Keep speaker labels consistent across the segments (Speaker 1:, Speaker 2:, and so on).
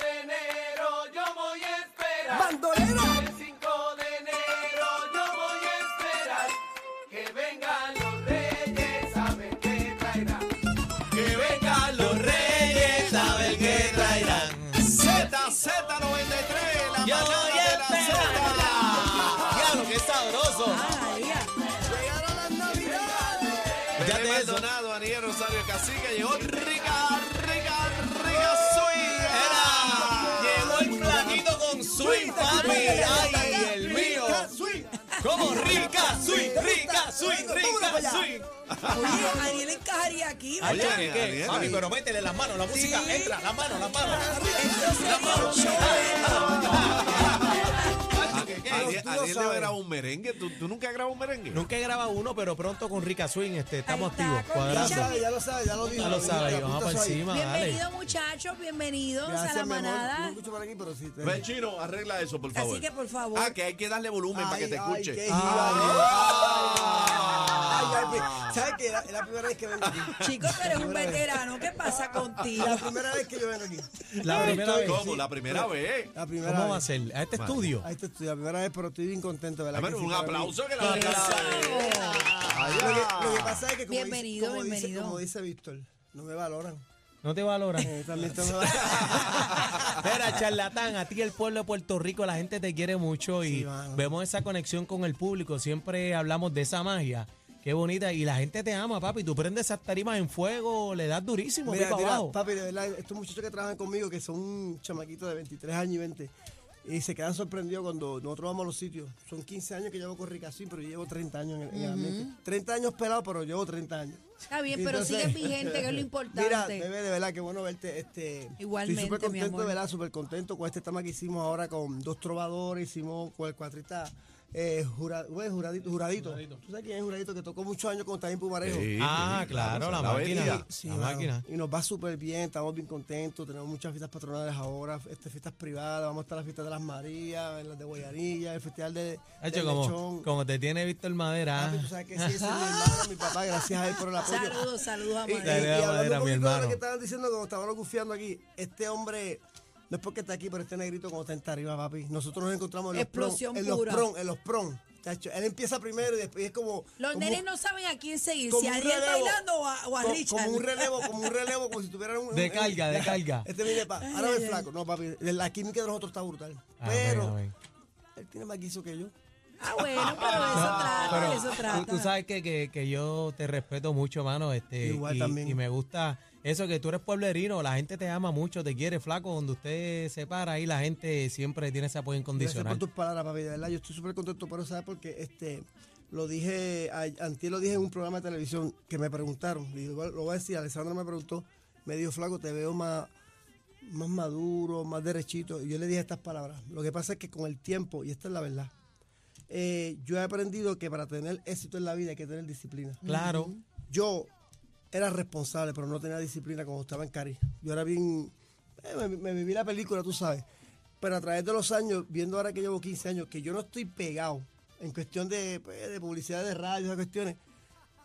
Speaker 1: de enero yo voy a esperar.
Speaker 2: Bandolero.
Speaker 1: El 5 de enero yo voy a esperar. Que vengan los reyes, a ver qué traerán. Que vengan los reyes, a ver qué traerán. ZZ93, la yo voy a esperar. Claro, qué sabroso.
Speaker 2: Llegaron las navidades.
Speaker 1: Ya te Maldonado, Aniel Rosario el Cacique, llegó rica, rica, rica swing. Llegó el platito con swing, papi. Ay, el mío. Como rica swing, rica swing, rica swing.
Speaker 2: Oye, Ariel encajaría aquí.
Speaker 1: Oye,
Speaker 2: ¿verdad?
Speaker 1: ¿qué, qué? Papi, pero métele las manos, la música
Speaker 2: Sí.
Speaker 1: entra, las manos, las manos.
Speaker 2: Esto sería un eh, show.
Speaker 1: ¿Qué, qué?
Speaker 3: Ariel,
Speaker 4: tú lo
Speaker 3: Ariel debe
Speaker 4: sabes.
Speaker 3: grabar un merengue. ¿Tú, tú nunca has grabado un merengue?
Speaker 4: Nunca he grabado uno, pero pronto con Rica Swing este, estamos
Speaker 2: está,
Speaker 4: activos.
Speaker 2: con
Speaker 4: cuadrando.
Speaker 2: Rica
Speaker 4: Ya, lo sabes,
Speaker 2: Gracias.
Speaker 3: ya lo sabes, ya lo
Speaker 4: ya lo sabes, vamos para encima, dale.
Speaker 2: Bienvenidos, muchachos. Bienvenidos a la
Speaker 5: Gracias, mi amor. No
Speaker 2: manada.
Speaker 5: escucho por aquí, pero sí. te-
Speaker 3: Ve, Chino, arregla eso, por favor.
Speaker 2: Así que, por favor.
Speaker 3: Ah, que hay que darle volumen para que te
Speaker 5: Ay,
Speaker 3: escuche.
Speaker 5: Ay, qué
Speaker 3: Ah.
Speaker 5: gira. Ay, ay, ¿Sabes qué? Es la primera vez que vengo aquí.
Speaker 2: Chicos, tú eres un
Speaker 5: Primera vez.
Speaker 2: veterano. ¿Qué pasa contigo?
Speaker 5: La primera vez que yo vengo aquí.
Speaker 4: La primera vez.
Speaker 3: ¿Cómo? La primera vez.
Speaker 5: La primera
Speaker 4: ¿Cómo va a
Speaker 5: vez.
Speaker 4: ser? A este estudio.
Speaker 5: Ahí te estoy, la primera vez, pero estoy bien contento, ¿verdad?
Speaker 3: Dame
Speaker 5: que sí,
Speaker 3: un
Speaker 5: para mí?
Speaker 3: aplauso que la
Speaker 5: Lo que, lo que pasa es que, como,
Speaker 2: Bienvenido,
Speaker 5: dice, como,
Speaker 2: bienvenido.
Speaker 5: Dice, como dice Víctor, no me valoran.
Speaker 4: No te valoran.
Speaker 5: Eh, también te me valoran.
Speaker 4: Espera, charlatán, a ti el pueblo de Puerto Rico, la gente te quiere mucho y
Speaker 5: Sí, mano.
Speaker 4: vemos esa conexión con el público. Siempre hablamos de esa magia. Qué bonita. Y la gente te ama, papi. Tú prendes esas tarimas en fuego, le das durísimo,
Speaker 5: Mira,
Speaker 4: pipa
Speaker 5: mira,
Speaker 4: abajo.
Speaker 5: papi, de verdad, estos muchachos que trabajan conmigo, que son chamaquitos de 23 años y 20, y se quedan sorprendidos cuando nosotros vamos a los sitios. Son 15 años que llevo con Ricasín, pero yo llevo 30 años en el, en el ambiente. 30 años pelado, pero llevo 30 años.
Speaker 2: Está bien, pero
Speaker 5: Entonces-
Speaker 2: sigue vigente, que es lo
Speaker 5: Mira,
Speaker 2: importante.
Speaker 5: bebé, de verdad, qué bueno verte. Este,
Speaker 2: Igualmente,
Speaker 5: Estoy súper
Speaker 2: mi
Speaker 5: contento,
Speaker 2: amor.
Speaker 5: de verdad, súper contento con este tema que hicimos ahora con dos trovadores, hicimos con el cuatrista. Eh, jura- güey, juradito, juradito. ¿Tú sabes quién es juradito que tocó muchos años con Taín Pumarejo?
Speaker 4: Ah, claro, la máquina.
Speaker 5: Sí,
Speaker 4: La
Speaker 5: mano.
Speaker 4: máquina.
Speaker 5: Y nos va súper bien, estamos bien contentos, tenemos muchas fiestas patronales ahora, este, fiestas privadas, vamos a estar en la fiesta de las Marías, en las de Guayanilla, el festival de,
Speaker 4: Hacho,
Speaker 5: del
Speaker 4: como,
Speaker 5: lechón.
Speaker 4: como te tiene Víctor Madera.
Speaker 5: Papi, tú sabes que sí, ese es mi hermano, mi papá, gracias a él por el apoyo.
Speaker 2: Saludos, saludos a
Speaker 5: Y, y- y
Speaker 2: Manuel.
Speaker 4: Dale,
Speaker 5: hablando
Speaker 4: Madera,
Speaker 5: un
Speaker 4: mi
Speaker 5: poquito de
Speaker 4: hermano.
Speaker 5: lo que estaban diciendo cuando estábamos gufiando aquí, este hombre, no es porque está aquí, pero este negrito como está en arriba, papi. Nosotros nos encontramos en los prom,
Speaker 2: Explosión
Speaker 5: en los
Speaker 2: pura.
Speaker 5: prom, en los prom. Chacho, él empieza primero y después es como...
Speaker 2: Los
Speaker 5: como-
Speaker 2: nenes no saben a quién seguir,
Speaker 5: como
Speaker 2: si a
Speaker 5: un
Speaker 2: Ariel
Speaker 5: relevo.
Speaker 2: bailando o a, o a
Speaker 5: Co-
Speaker 2: Richard.
Speaker 5: Como un relevo, como un relevo, como si tuvieran un.
Speaker 4: De
Speaker 5: un-
Speaker 4: carga, de carga.
Speaker 5: Este viene pa- Ahora ve flaco. No, papi. La química de nosotros está brutal.
Speaker 4: Amén,
Speaker 5: pero
Speaker 4: amén.
Speaker 5: él tiene más guiso que yo.
Speaker 2: Ah, bueno, pero de eso trata, de eso trata.
Speaker 4: Tú, tú sabes que, que- que yo te respeto mucho, mano. Este,
Speaker 5: Igual
Speaker 4: y,
Speaker 5: también.
Speaker 4: y me gusta eso que tú eres pueblerino, la gente te ama mucho, te quiere, flaco. Donde usted se para, ahí la gente siempre tiene ese apoyo
Speaker 5: Gracias por
Speaker 4: incondicional.
Speaker 5: tus palabras, papi. De verdad, yo estoy súper contento, pero ¿sabes por qué? Este, lo dije, a- antier lo dije en un programa de televisión que me preguntaron. Y lo, lo voy a decir, Alessandra me preguntó, me dijo, flaco, te veo más, más maduro, más derechito. Y yo le dije estas palabras. Lo que pasa es que con el tiempo, y esta es la verdad, eh, yo he aprendido que para tener éxito en la vida hay que tener disciplina.
Speaker 4: Claro.
Speaker 5: yo era responsable, pero no tenía disciplina cuando estaba en Cari. Yo era bien. eh, me, me viví la película, tú sabes. Pero a través de los años, viendo ahora que llevo 15 años, que yo no estoy pegado en cuestión de, pues, de publicidad de radio, esas cuestiones.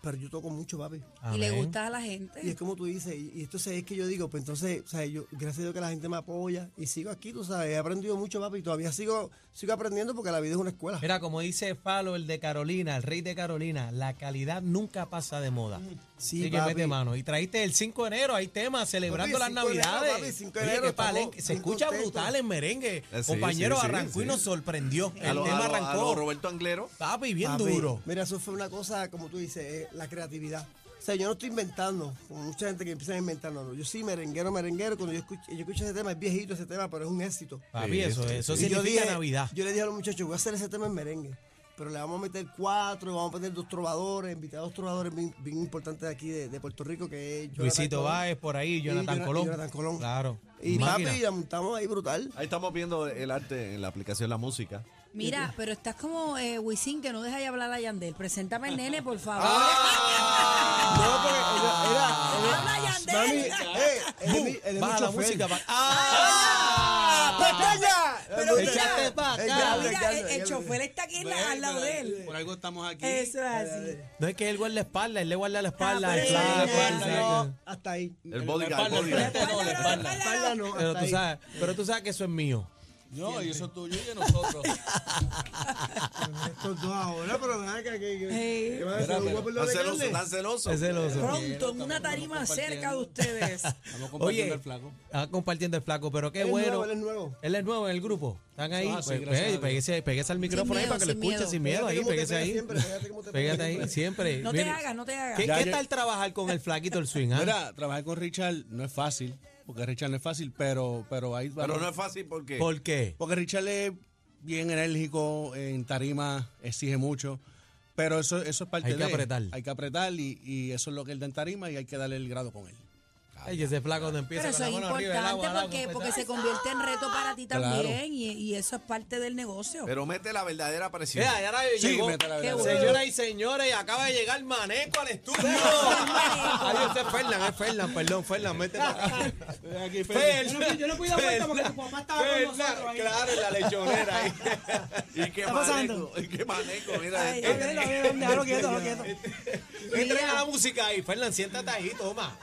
Speaker 5: Pero yo toco mucho, papi.
Speaker 2: Y le
Speaker 4: Amén.
Speaker 2: gusta a la
Speaker 5: Y es
Speaker 2: gente.
Speaker 5: como tú dices, y, y entonces es que yo digo, pues entonces, o sea, yo, gracias a Dios que la gente me apoya y sigo aquí, tú sabes, he aprendido mucho, papi, y todavía sigo, sigo aprendiendo porque la vida es una escuela.
Speaker 4: Mira, como dice Falo, el de Carolina, el rey de Carolina, la calidad nunca pasa de moda.
Speaker 5: Sí,
Speaker 4: Así que
Speaker 5: papi.
Speaker 4: mete mano. Y traíste el 5 de enero, hay temas celebrando
Speaker 5: Papi,
Speaker 4: las
Speaker 5: 5 de enero,
Speaker 4: navidades.
Speaker 5: papi, 5 de
Speaker 4: Oye,
Speaker 5: enero,
Speaker 4: qué
Speaker 5: estamos
Speaker 4: palenque. Se
Speaker 5: bien
Speaker 4: escucha
Speaker 5: contentos.
Speaker 4: brutal en merengue.
Speaker 3: Eh, sí,
Speaker 4: Compañero,
Speaker 3: sí, sí,
Speaker 4: arrancó y
Speaker 3: sí.
Speaker 4: nos sorprendió. El
Speaker 3: A lo, a
Speaker 4: tema
Speaker 3: lo- a lo
Speaker 4: arrancó.
Speaker 3: Roberto Anglero.
Speaker 4: Papi, bien
Speaker 5: Papi,
Speaker 4: duro.
Speaker 5: Mira, eso fue una cosa, como tú dices, eh, la creatividad. O sea, yo no estoy inventando, como mucha gente que empieza a inventar, no, no. Yo sí, merenguero, merenguero, cuando yo escucho, yo escucho ese tema, es viejito ese tema, pero es un éxito.
Speaker 4: Papi, Ah, eso, eso
Speaker 5: Y yo
Speaker 4: significa Navidad.
Speaker 5: Yo le dije a los muchachos, voy a hacer ese tema en merengue. pero le vamos a meter cuatro, vamos a meter dos trovadores, invitados trovadores bien, bien importantes de aquí de, de Puerto Rico, que es Jonathan
Speaker 4: Luisito
Speaker 5: Colón.
Speaker 4: Báez por ahí,
Speaker 5: Y
Speaker 4: Jonathan
Speaker 5: Jona-
Speaker 4: Colón.
Speaker 5: y Jonathan Colón.
Speaker 4: Claro.
Speaker 5: Y
Speaker 4: Máquina. Ah.
Speaker 5: papi, la montamos ahí brutal.
Speaker 3: Ahí estamos viendo el arte en la aplicación La Música.
Speaker 2: Mira, pero estás como eh, Wisin, que no deja de hablar a Yandel. Preséntame al nene, por favor.
Speaker 5: Ah. No, porque era- era- era-
Speaker 2: Habla, Yandel.
Speaker 5: Mami, eh, él es mi- él es mi
Speaker 4: Baja la
Speaker 5: chofer.
Speaker 4: música. pa- ¡Ah!
Speaker 5: Pues Pero eh,
Speaker 2: mira,
Speaker 4: Échate pa'
Speaker 2: pero
Speaker 4: acá.
Speaker 2: este mira,
Speaker 5: Ricardo,
Speaker 2: el, el
Speaker 5: Ricardo.
Speaker 2: chofer está aquí en la- al lado de él.
Speaker 6: Por algo estamos aquí.
Speaker 2: Eso es así.
Speaker 4: No es que él guarda la espalda, él pues, le guarda la espalda.
Speaker 2: Ah,
Speaker 4: el
Speaker 5: pues,
Speaker 2: pero
Speaker 4: plan,
Speaker 2: la
Speaker 4: el plan,
Speaker 2: espalda,
Speaker 4: ¿sabes?
Speaker 5: No, hasta ahí.
Speaker 3: El bodyguard, el
Speaker 6: espalda,
Speaker 3: bodyguard.
Speaker 6: frente, no, la
Speaker 2: Espalda,
Speaker 6: espalda.
Speaker 5: Espalda no,
Speaker 4: Pero
Speaker 5: hasta
Speaker 4: tú
Speaker 5: ahí.
Speaker 4: sabes, pero tú sabes que eso es mío.
Speaker 6: No, y eso es tuyo y de nosotros.
Speaker 5: Estos dos ahora, pero ven acá, que- que-
Speaker 2: Hey.
Speaker 5: que van a hacer un guapo en lo
Speaker 3: Tan
Speaker 5: de
Speaker 3: celoso,
Speaker 5: carne.
Speaker 3: tan celoso.
Speaker 4: Es celoso.
Speaker 2: Pronto, en una tarima cerca de ustedes.
Speaker 6: Estamos compartiendo
Speaker 4: Oye,
Speaker 6: el flaco.
Speaker 4: ah, compartiendo el flaco, pero qué
Speaker 5: Él es
Speaker 4: bueno.
Speaker 5: nuevo, él es nuevo.
Speaker 4: Él es nuevo en el grupo. Están ahí.
Speaker 6: Ah, sí,
Speaker 4: pues,
Speaker 6: gracias
Speaker 4: pues,
Speaker 6: a Dios.
Speaker 4: pégese, pégese al micrófono ahí
Speaker 2: miedo,
Speaker 4: para que lo
Speaker 2: sin
Speaker 4: escuche
Speaker 2: miedo.
Speaker 4: sin miedo ahí.
Speaker 5: Fíjate cómo te
Speaker 4: Pégase
Speaker 5: pegas
Speaker 4: ahí.
Speaker 5: siempre, fíjate cómo te pegas
Speaker 4: Pégate ahí,
Speaker 5: siempre.
Speaker 4: siempre.
Speaker 2: No te
Speaker 4: Mire,
Speaker 2: hagas, no te hagas.
Speaker 4: ¿Qué,
Speaker 6: Ya,
Speaker 4: qué
Speaker 6: ya-
Speaker 4: tal trabajar con el flaquito el swing? ah?
Speaker 6: Mira, trabajar con Richard no es fácil, porque Richard no es fácil, pero, pero ahí va.
Speaker 3: Pero no es fácil porque.
Speaker 4: ¿Por qué?
Speaker 6: Porque Richard es bien enérgico, en tarima exige mucho, pero eso, eso es parte
Speaker 4: Hay
Speaker 6: de
Speaker 4: que apretar.
Speaker 6: Hay que apretar y, y eso es lo que él da en tarima y hay que darle el grado con él.
Speaker 4: Ay, ese flaco cuando empieza
Speaker 2: Pero
Speaker 4: con
Speaker 2: eso
Speaker 4: la
Speaker 2: es
Speaker 4: mano arriba del agua,
Speaker 2: importante
Speaker 4: al agua,
Speaker 2: porque,
Speaker 4: pues,
Speaker 2: porque
Speaker 4: ah.
Speaker 2: se convierte en reto para ti
Speaker 6: Claro.
Speaker 2: también y, y eso es parte del negocio.
Speaker 3: Pero mete la verdadera presión.
Speaker 4: Mira, ya ahora
Speaker 6: Sí,
Speaker 4: llegó.
Speaker 6: mete la-
Speaker 2: Qué bueno.
Speaker 4: Señoras y señores, acaba de llegar Maneco al estudio. Ay, ese es Fernan, es Fernan, perdón, Fernan, métete acá. Fernan,
Speaker 7: Yo no fui a dar vuelta porque tu papá estaba con nosotros
Speaker 4: Fernan,
Speaker 7: ahí.
Speaker 4: claro, en la lechonera ahí.
Speaker 3: ¿Y qué
Speaker 7: ¿Está pasando?
Speaker 3: manejo? ¿Y qué manejo? Mira,
Speaker 2: Ay,
Speaker 7: A
Speaker 3: este-
Speaker 7: ver, a ver, déjalo quieto, déjalo quieto.
Speaker 4: Entrega la música ahí, Fernan, siéntate ahí, toma.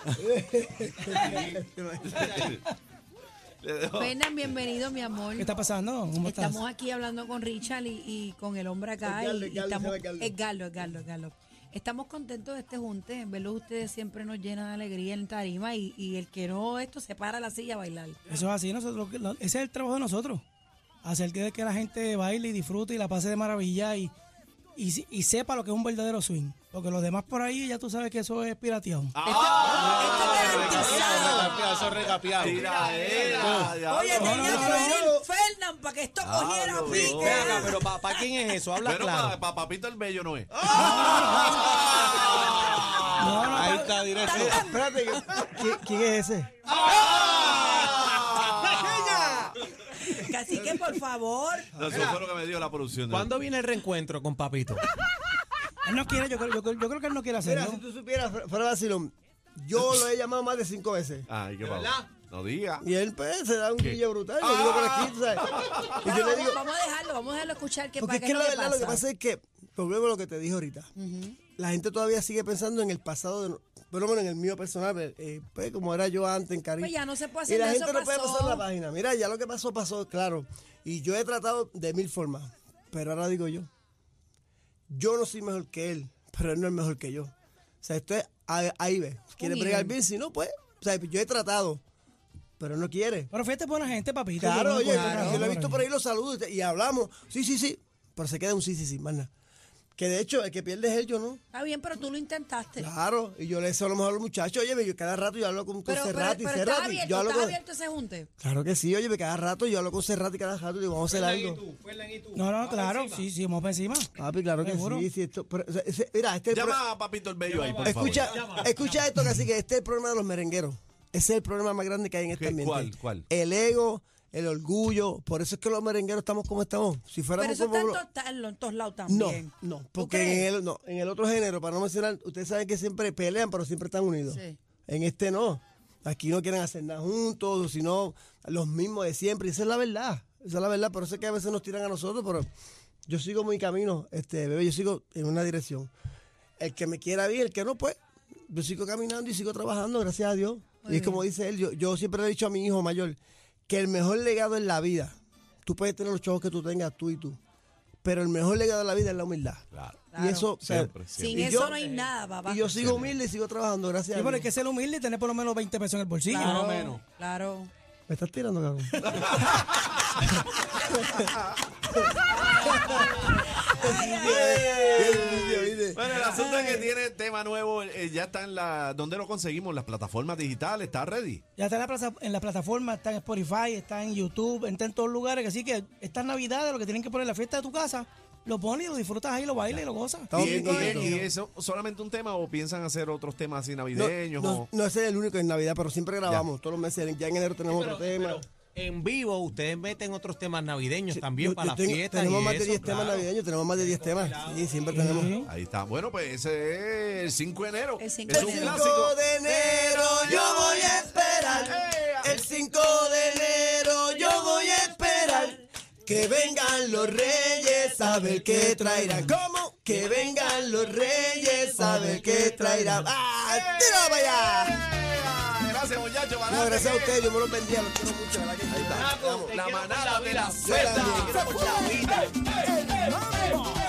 Speaker 3: le dejo-
Speaker 2: Fernan, bienvenido, mi amor.
Speaker 7: ¿Qué está pasando? ¿Cómo estás?
Speaker 2: Estamos aquí hablando con Richard y, y con el hombre acá.
Speaker 5: Es Garlo,
Speaker 2: y-
Speaker 5: es
Speaker 2: y
Speaker 5: Garlo,
Speaker 2: estamos,
Speaker 5: se llama Garlo.
Speaker 2: es Garlo, es Garlo, es Garlo. Estamos contentos de este junte. En verlo ustedes siempre nos llena de alegría en tarima y, y el que no, esto se para la silla a bailar.
Speaker 7: Eso es así, nosotros, lo- ese es el trabajo de nosotros. Hacer que, que la gente baile y disfrute y la pase de maravilla y, y, se- y sepa lo que es un verdadero swing. Porque los demás por ahí ya tú sabes que eso es pirateado.
Speaker 5: Ah.
Speaker 2: esto es garantizado.
Speaker 6: Eso es recapeado.
Speaker 3: Tiradera, ya.
Speaker 2: Oye,
Speaker 7: no,
Speaker 2: tenía
Speaker 7: no,
Speaker 2: que
Speaker 7: no.
Speaker 2: venir Fernan para que esto cogiera
Speaker 3: no,
Speaker 2: pique.
Speaker 3: no.
Speaker 4: Ven acá, pero ¿para quién es eso? Habla
Speaker 3: Pero para
Speaker 4: claro. Ah.
Speaker 3: papito el bello no es.
Speaker 7: No, no,
Speaker 6: Ahí
Speaker 7: pa-
Speaker 6: está directo.
Speaker 5: Espérate, que-
Speaker 7: ¿qui- ¿Quién es ese?
Speaker 2: Así que, por favor,
Speaker 3: No, eso fue lo que me dio la producción. de-
Speaker 4: ¿Cuándo viene el reencuentro con papito?
Speaker 7: Él no quiere, yo creo, yo creo- yo creo que él no quiere
Speaker 5: mira,
Speaker 7: hacerlo.
Speaker 5: si tú supieras, fuera- fuera vacilón, yo lo he llamado más de cinco veces.
Speaker 4: Ah.
Speaker 3: Ay, qué
Speaker 4: verdad?
Speaker 3: pasa. No diga.
Speaker 5: Y él pues, se da un guillo brutal,
Speaker 4: Ah.
Speaker 5: yo digo por aquí, tú ¿sabes? Y yo le
Speaker 2: vamos,
Speaker 5: digo,
Speaker 2: vamos a dejarlo, vamos a dejarlo escuchar que
Speaker 5: porque
Speaker 2: para
Speaker 5: es que
Speaker 2: no
Speaker 5: la
Speaker 2: le
Speaker 5: verdad lo que
Speaker 2: pasa.
Speaker 5: pasa es que, volvemos a lo que te dije ahorita, la gente todavía sigue pensando en el pasado, de, no- por lo menos en el mío personal, eh, pues como era yo antes en Caribe.
Speaker 2: Pues ya no se puede
Speaker 5: Y
Speaker 2: hacer
Speaker 5: la
Speaker 2: nada,
Speaker 5: gente
Speaker 2: eso
Speaker 5: no puede
Speaker 2: pasó.
Speaker 5: pasar la página. Mira, ya lo que pasó, pasó, claro. Y yo he tratado de mil formas. Pero ahora digo yo, yo no soy mejor que él, pero él no es mejor que yo. O sea, esto es ahí, ahí ve. Quiere
Speaker 2: Un
Speaker 5: bregar
Speaker 2: nivel.
Speaker 5: bien, si no, pues. O sea, yo he tratado, pero no quiere.
Speaker 7: Pero fíjate buena gente, papito.
Speaker 5: Claro,
Speaker 7: que
Speaker 5: oye,
Speaker 7: uno encuentra
Speaker 5: yo lo he
Speaker 7: por
Speaker 5: visto
Speaker 7: ahí.
Speaker 5: por ahí, los saludos y hablamos. Sí, sí, sí. Pero se queda un sí, sí, sí, más nada. Que de hecho, el que pierde es él, yo no.
Speaker 2: Está bien, pero tú lo intentaste.
Speaker 5: Claro, y yo le deseo lo mejor a los muchachos. Oye, yo cada rato yo hablo con, con
Speaker 2: pero pero,
Speaker 5: Cerrati,
Speaker 2: pero estás
Speaker 5: Cerrati,
Speaker 2: abierto,
Speaker 5: yo hablo
Speaker 2: estás
Speaker 5: con...
Speaker 2: abierto a ese junte.
Speaker 5: Claro que sí, oye, me cada rato yo hablo con Serrati cada rato y digo, vamos a hacer algo.
Speaker 7: No, no, claro, sí, sí, vamos para encima.
Speaker 5: Papi, claro que
Speaker 7: Seguro.
Speaker 5: sí, sí, esto- pero, o sea, ese- mira, este es el pro-
Speaker 3: Llama a papito el bello ahí, por
Speaker 5: escucha,
Speaker 3: favor.
Speaker 5: escucha esto, casi que este es el problema de los merengueros. Ese es el problema más grande que hay en este
Speaker 3: ¿Qué?
Speaker 5: ambiente.
Speaker 3: ¿Cuál? ¿Cuál?
Speaker 5: El ego, el orgullo, por eso es que los merengueros estamos como estamos. Si
Speaker 2: Pero
Speaker 5: fuéramos
Speaker 2: eso está en,
Speaker 5: como
Speaker 2: to- está en lo- en todos lados
Speaker 5: no,
Speaker 2: también.
Speaker 5: no,
Speaker 2: ¿Tú
Speaker 5: porque
Speaker 2: crees?
Speaker 5: en el, no, en el otro género, para no mencionar, ustedes saben que siempre pelean, pero siempre están unidos.
Speaker 2: Sí.
Speaker 5: En este no. Aquí no quieren hacer nada juntos, sino los mismos de siempre. Y esa es la verdad. Esa es la verdad. Por eso es que a veces nos tiran a nosotros, pero yo sigo mi camino, este bebé, yo sigo en una dirección. El que me quiera bien, el que no, pues, yo sigo caminando y sigo trabajando, gracias a Dios. y es como dice él, yo, yo siempre le he dicho a mi hijo mayor que el mejor legado en la vida, tú puedes tener los chavos que tú tengas, tú y tú, pero el mejor legado de la vida es la humildad.
Speaker 3: Claro.
Speaker 5: Y eso, o sea,
Speaker 3: Siempre,
Speaker 2: Sin
Speaker 5: y
Speaker 2: eso
Speaker 5: yo-
Speaker 2: no hay nada, papá.
Speaker 5: y yo sigo humilde y sigo trabajando, gracias
Speaker 7: Sí,
Speaker 5: a
Speaker 7: pero hay que
Speaker 5: Dios.
Speaker 7: ser humilde y tener por lo menos 20 pesos en el bolsillo.
Speaker 2: claro,
Speaker 6: más o menos.
Speaker 2: Claro.
Speaker 5: Me estás tirando, cabrón.
Speaker 3: Bueno, el asunto es que tiene tema nuevo. eh, ya está en la. ¿Dónde lo conseguimos? Las plataformas digitales. ¿Está ready?
Speaker 7: Ya está en la, plaza, en la plataforma, está en Spotify, está en YouTube, está en todos lugares. Así que estas navidades lo que tienen que poner en la fiesta de tu casa lo pones y lo disfrutas ahí, lo bailas y lo gozas.
Speaker 5: Estamos
Speaker 3: ¿Y,
Speaker 5: bien
Speaker 3: y-
Speaker 5: contentos.
Speaker 3: y eso solamente un tema o piensan hacer otros temas así
Speaker 5: No,
Speaker 3: navideños?
Speaker 5: no,
Speaker 3: o-
Speaker 5: no, ese es el único en Navidad, pero siempre grabamos todos los meses. Ya en enero tenemos
Speaker 4: Pero-
Speaker 5: otro tema.
Speaker 4: pero en vivo ustedes meten otros temas navideños también
Speaker 5: Yo- yo
Speaker 4: para las
Speaker 5: tengo-
Speaker 4: fiestas.
Speaker 5: Tenemos
Speaker 4: y
Speaker 5: más de
Speaker 4: eso,
Speaker 5: 10 temas
Speaker 4: claro.
Speaker 5: navideños, tenemos más de 10 temas. Sí, siempre tenemos.
Speaker 7: Ujú.
Speaker 3: Ahí está. Bueno, pues ese es el 5 de enero.
Speaker 2: El 5
Speaker 3: es
Speaker 2: de
Speaker 3: un
Speaker 2: enero.
Speaker 3: clásico.
Speaker 5: de enero yo voy a esperar. El 5 de enero yo voy a esperar. Que vengan los reyes a ver qué traerán. ¿Cómo? Que vengan los reyes a ver qué traerán. ¡Ah! ¡Tírala para allá!
Speaker 3: ¡Ea! ¡Eh! Gracias, muchachos.
Speaker 5: No, gracias a ustedes, yo me los bendiga, los quiero mucho. ¿verdad que sí? Vamos.
Speaker 3: La manada de la
Speaker 5: Yo
Speaker 3: suelta.
Speaker 5: también.
Speaker 3: ¡Ey, ey, ey, ey!